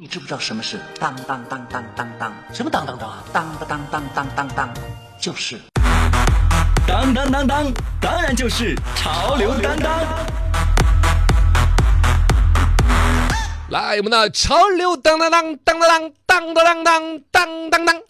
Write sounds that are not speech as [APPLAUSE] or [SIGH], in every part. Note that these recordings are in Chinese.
你知不知道什么是当当当当当当？什么当当当啊？当当当当当当当，就是当当当当，当然就是潮流担当。来，我们的潮流当当当当当当当当当当当当。当哎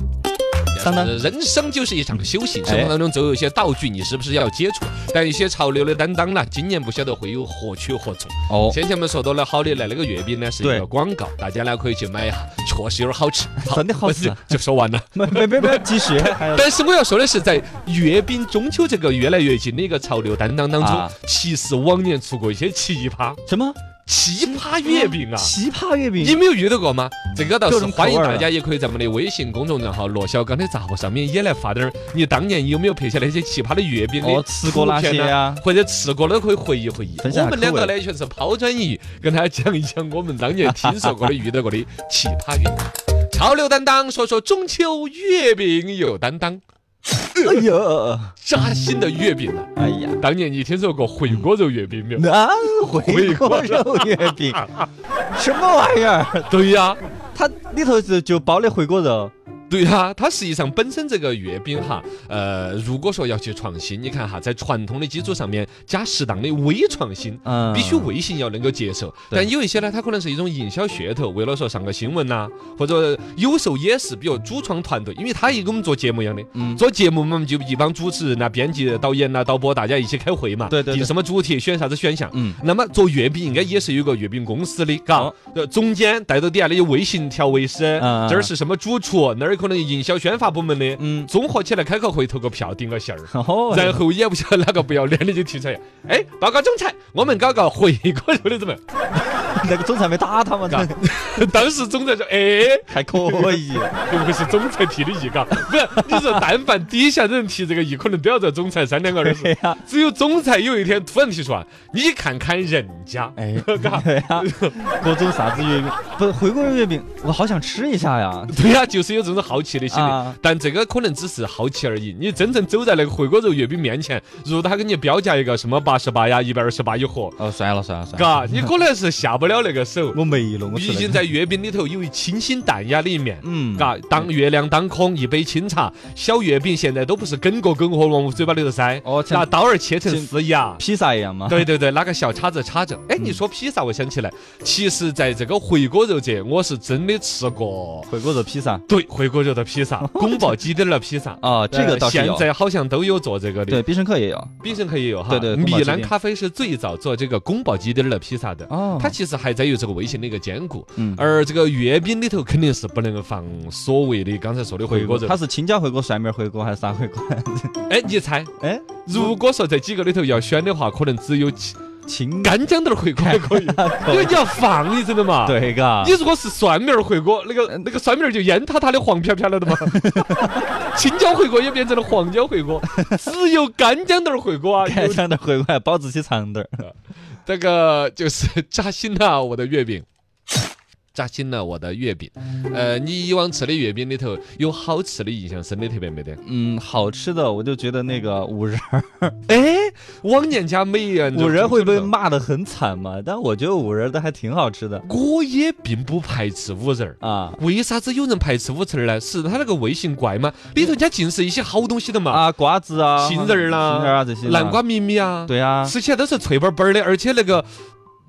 当人生就是一场修行，生活当中总有一些道具，你是不是要接触？但一些潮流的担当呢，今年不晓得会有何去何从。哦，先前我们说到了好的来那个月饼呢是一对个广告，大家呢可以去买一下，确实有点 [LAUGHS] 好吃，真的好我吃就，就 [LAUGHS] 说完了。没没没没，继续，还有但是我要说的是，在阅兵中秋这个越来越近的一个潮流担当当啊中，其实往年出过一些奇葩什么奇葩月饼啊。奇葩月你饼？没有遇到过吗？这个倒各是种口欢迎味儿大啊家也可以在我们的微信公众账号“罗小刚的杂货”上面也来发点儿你当年有没有拍下那些奇葩的月饼的哦吃过哪图片些啊啊或者吃过的可以回忆回忆。分享下我们两口个味呢全是抛砖引玉，跟大家讲一讲我们当年听说过的、遇到过的奇葩月饼。潮流担当说说中秋月饼有担当，哎呦，扎心的月饼啊！哎呀，当年你听说过回锅肉月饼没有？南回锅肉月饼，什么玩意儿？对呀、它里头就就包的回锅肉，对呀、它实际上本身这个月饼哈，呃，如果说要去创新，你看哈，在传统的基础上面加适当的微创新。嗯，必须微信要能够接受，对但有一些呢，它可能是一种营销噱头，为了说上个新闻呐、或者有时候也是，比如主创团队，因为他也跟我们做节目一样的，嗯做节目我们就一帮主持人呐、编辑、导演呐、导播，大家一起开会嘛，对对对定什么主题，选啥子选项，嗯那么做月饼应该也是有个月饼公司的，嘎哦，呃中间带到底下的有微型调味师，嗯嗯这儿是什么主厨，那儿可能营销宣发部门的，嗯综合起来开个会，投个票，顶个 [LAUGHS] 信儿。哦， [LAUGHS] 然后也不晓得哪个不要脸的就提出来，哎，报告总裁，我们搞个回锅肉的怎么 [LAUGHS] 样？那个总裁没打他嘛，嘎当时总裁说，哎，还可以，会不会是总裁提的议？嘎，不是，你说但凡底下人提这个议，可能都要在总裁三两个小对 [LAUGHS] 时。哎呀，只有总裁有一天突然提出啊，你看看人家， [LAUGHS] [LAUGHS] 哎， [LAUGHS] 对呀，各种啥子月饼，不是回锅肉月饼，我好想吃一下呀，对呀、就是有这种好奇的心理，啊但这个可能只是好奇而已。你真正走在那个回锅肉月饼面前，如果他给你标价一个什么八十八呀、一百二十八一盒，哦，算了算了算了，嘎，你可能是下不了那个手。我没了，我毕吃竟了，在月饼里头有一清新淡雅的一面。嗯，嘎，当月亮当空，一杯清茶，小月饼现在都不是梗过梗和往嘴巴里头塞，哦像拿刀儿切成像嗯丝呀。披萨一样嘛，对对对，拿个小叉子叉着。哎，你说披萨，我想起来，其实在这个回锅肉节，我是真的吃过回锅肉披萨，对，回锅肉的披 [LAUGHS] 萨，宫保鸡丁的披萨。哎啊， [LAUGHS] 这个倒是现有，在好像都有做这个的，对，必胜客也有，必胜客也有哈。对对宫保米鸡兰丁咖啡是最早做这个宫保鸡丁的披萨的。哦，它其实还在有这个味型的一个兼顾，嗯而这个月饼里头肯定是不能放所谓的刚才说的回锅肉它。是青椒回锅、蒜苗回锅还是啥回锅？哎，你猜， [LAUGHS] 哎，如果说这几个里头要选的话，可能只有其青干姜头儿回锅还可以，因为你要放，你知道嘛？。对嘎 [LAUGHS] 你，如果是蒜苗儿回锅，那个那个蒜苗儿就烟塌塌的黄飘飘了的嘛。 [LAUGHS] 青椒回锅也变成了黄椒回锅，只有干姜头儿回锅啊。干有香的回锅还保质期长点儿。这个就是 [LAUGHS] 扎心了我的月饼，扎心了我的月饼。呃，你以往吃的月饼里头有好吃的印象深的特别没得？嗯，好吃的我就觉得那 [LAUGHS] 个五仁儿，哎，往年家每人五仁会被骂的很惨嘛，但我觉得五仁的还挺好吃的我也并不排斥五仁儿。啊为啥子有人排斥五仁儿呢？是他那个味型怪吗？里头人家尽是一些好东西的嘛，啊，瓜子啊，杏仁儿啦杏仁儿啊这些啦南瓜，米米啊，对啊，吃起来都是脆巴巴儿的，而且那个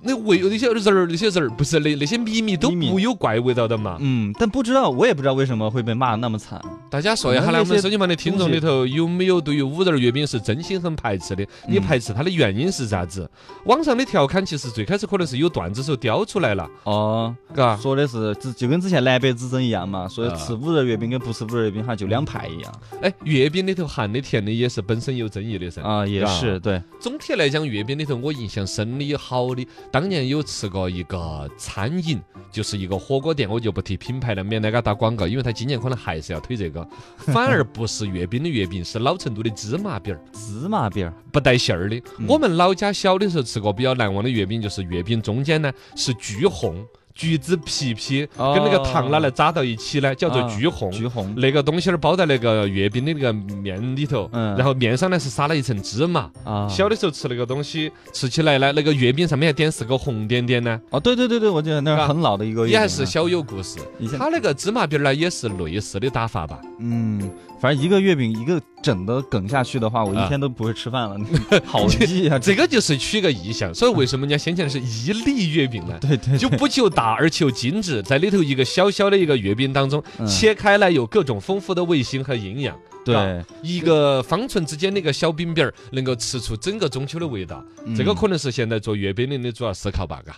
那味那些仁儿那些仁儿不是那那些米米都米米不有怪味道的嘛。嗯，但不知道我也不知道为什么会被骂得那么惨，大家说一下呢，那我们些手机旁的听众里头有没有对于五仁儿月饼是真心很排嗯斥的？你排斥它的原因是啥子？网上的调侃其实最开始可能是有段子手雕出来了，哦，嘎。说的是就就跟之前南北之争一样嘛，说啊吃五仁月饼跟不吃五仁月饼哈就两派一样哎，月饼里头含的甜的也是本身有争议的噻。啊，也啊是对，总体来讲，月饼里头我印象深的好的，当年有吃过一个餐饮，就是一个火锅店，我就不提品牌了，免得给他打广告，因为他今年可能还是要推这个。反而不是月饼的月饼，是老成都的芝麻饼儿，芝麻饼儿不带馅嗯儿的。我们老家小的时候吃过比较难忘的月饼，就是月饼中间呢是巨红，橘子皮皮哦啊跟那个糖拿来扎到一起呢，叫做橘红。橘红，那个东西儿包在那个月饼的那个面里头，嗯然后面上呢是撒了一层芝麻。啊，小的时候吃那个东西，吃起来呢，那个月饼上面还点是个红点点呢，哦，对对对对，我记得那是啊很老的一个月饼也了，还是小有故事以前。它那个芝麻饼儿呢，也是类似的打法吧？嗯，反正一个月饼一个整的梗下去的话，我一啊天都不会吃 [LAUGHS] 饭了，好记啊，这个就是取个意象，所以为什么人家先前是一粒月饼呢？ [LAUGHS] 对对就不求大而求精致，在里头一个小小的一个月饼当中，嗯切开来有各种丰富的味型和营养。对，一个方寸之间的一个小饼饼儿，能够吃出整个中秋的味道，嗯这个可能是现在做月饼的人的主要思考吧，嘎。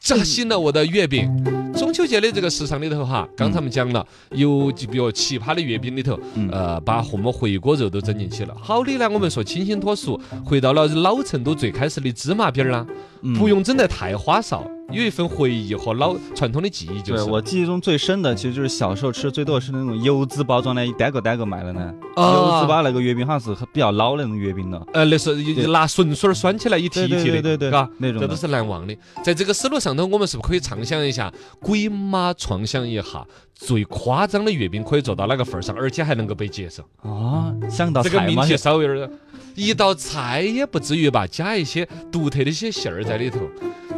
扎醒了我的月饼。中秋节的这个时尚里头嗯哈，刚才我们讲了，有就比如奇葩的月饼里头，嗯呃，把什么回锅肉都整进去了。好的呢，我们说清新脱俗，回到了老成都最开始的芝麻饼儿啦，嗯不用整得太花哨，有一份回忆和老传统的记忆就对是。我记忆中最深的，其实就是小时候吃最多的是那种柚子包装的，一袋个袋个买的呢。柚子啊，包那个月饼好像是比较老的那种月饼的，呃，那是一对拿笋笋儿拴起来一提对一对提对的，对对嘎，，那种这都的。是难忘的。在这个思路上头，我们是不是可以畅想一下，鬼马创想一下最夸张的月饼可以做到哪个份儿上，而且还能够被接受？啊，想到这个菜命吗？题稍微有点儿，一道菜也不至于吧，加一些独特的一些馅儿在里头。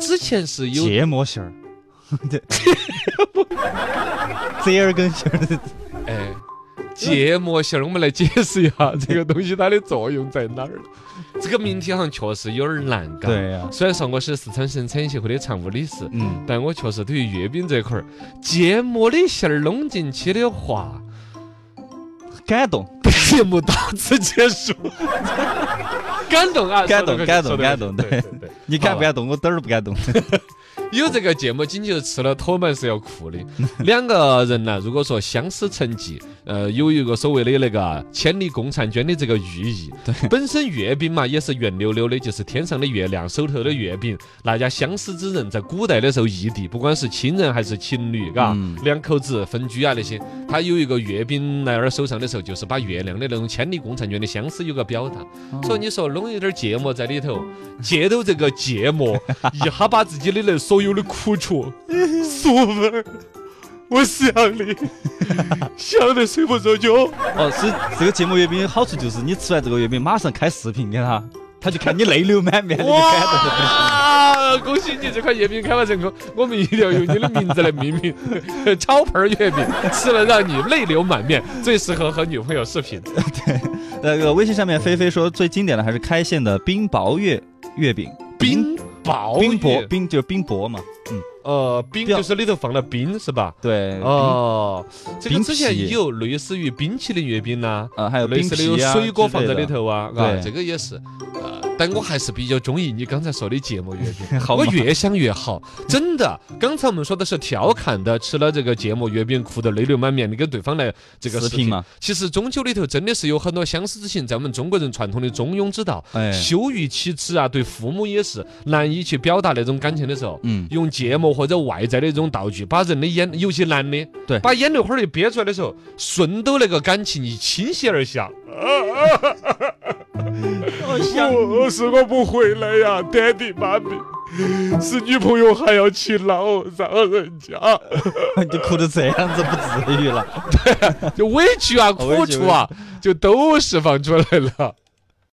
之前是有芥末馅儿， [LAUGHS] 对，折耳根馅儿的，哎。芥末馅儿，我们来解释一下这个东西它的作用在哪儿。这个命题好像确实有点儿难，嘎。对呀，虽然说我是四川省产业协会的常务理事，嗯，但我确实对于月饼这块儿，芥末的馅儿弄进去的话， [LAUGHS] 嗯感动，节目到此结束。 [LAUGHS] 感动啊！感动说得感动说得感动对对对对。你好敢吧不敢动？我点儿都不敢动。有这个芥末锦就吃了，托门是要哭的。两个人呢，如果说相思成疾，呃，有一个所谓的那个千里共婵娟的这个寓意。本身月饼嘛，也是圆溜溜的，就是天上的月亮，手头的月饼。大家相思之人在古代的时候异地，不管是亲人还是情侣，嘎、嗯两口子分居啊那些，他有一个月饼来儿手上的时候，就是把月亮的那种千里共婵娟的相思有个表达。所以你说弄一点芥末在里头，借到这个芥末， [LAUGHS] 一哈把自己的那所有的 [LAUGHS] 苦楚诉味儿。我想 [LAUGHS] 你，想得睡不着觉。 [LAUGHS] 哦，所以这个芥末月饼的好处就是，你吃完这个月饼，马上开视频给他，他就看你泪流满面的感动。哇！恭喜你这款月饼开发成功，我们一定要用你的名字来命名。 [LAUGHS] 超盆儿月饼吃了让你泪流满面，最适合和女朋友视频。那个微信上面菲菲说最经典的还是开县的冰雹月月饼，冰雹冰月雹冰就是冰雹嘛，呃，冰冰就是里头放了冰是吧？对，哦，这嗯个冰之前皮也有类似于冰淇淋月饼呐、冰呃还有类冰似的有皮啊水果放在之里类的，头啊，啊，对，这个也是。呃，但我还是比较中意你刚才说的芥末月饼 [LAUGHS] 好我嘛越想越好，真的。刚才我们说的是调侃的，吃了这个芥末月饼，哭得泪流满面，你跟对方来这个食视品频嘛。其实中秋里头真的是有很多相似之情，在我们中国人传统的中庸之道，哎，羞于启齿啊，对父母也是难以去表达那种感情的时候，嗯，用芥末或者外在的这种道具，把人的眼，尤其男的，对把眼泪花儿一憋出来的时候，顺都那个感情一倾泻而下。我 [LAUGHS] 想我是我不回来呀，爹地妈咪，是女朋友还要去闹扰人家，你哭成这样子不至于了，就委屈啊、哦委苦屈楚啊，就都释放出来了。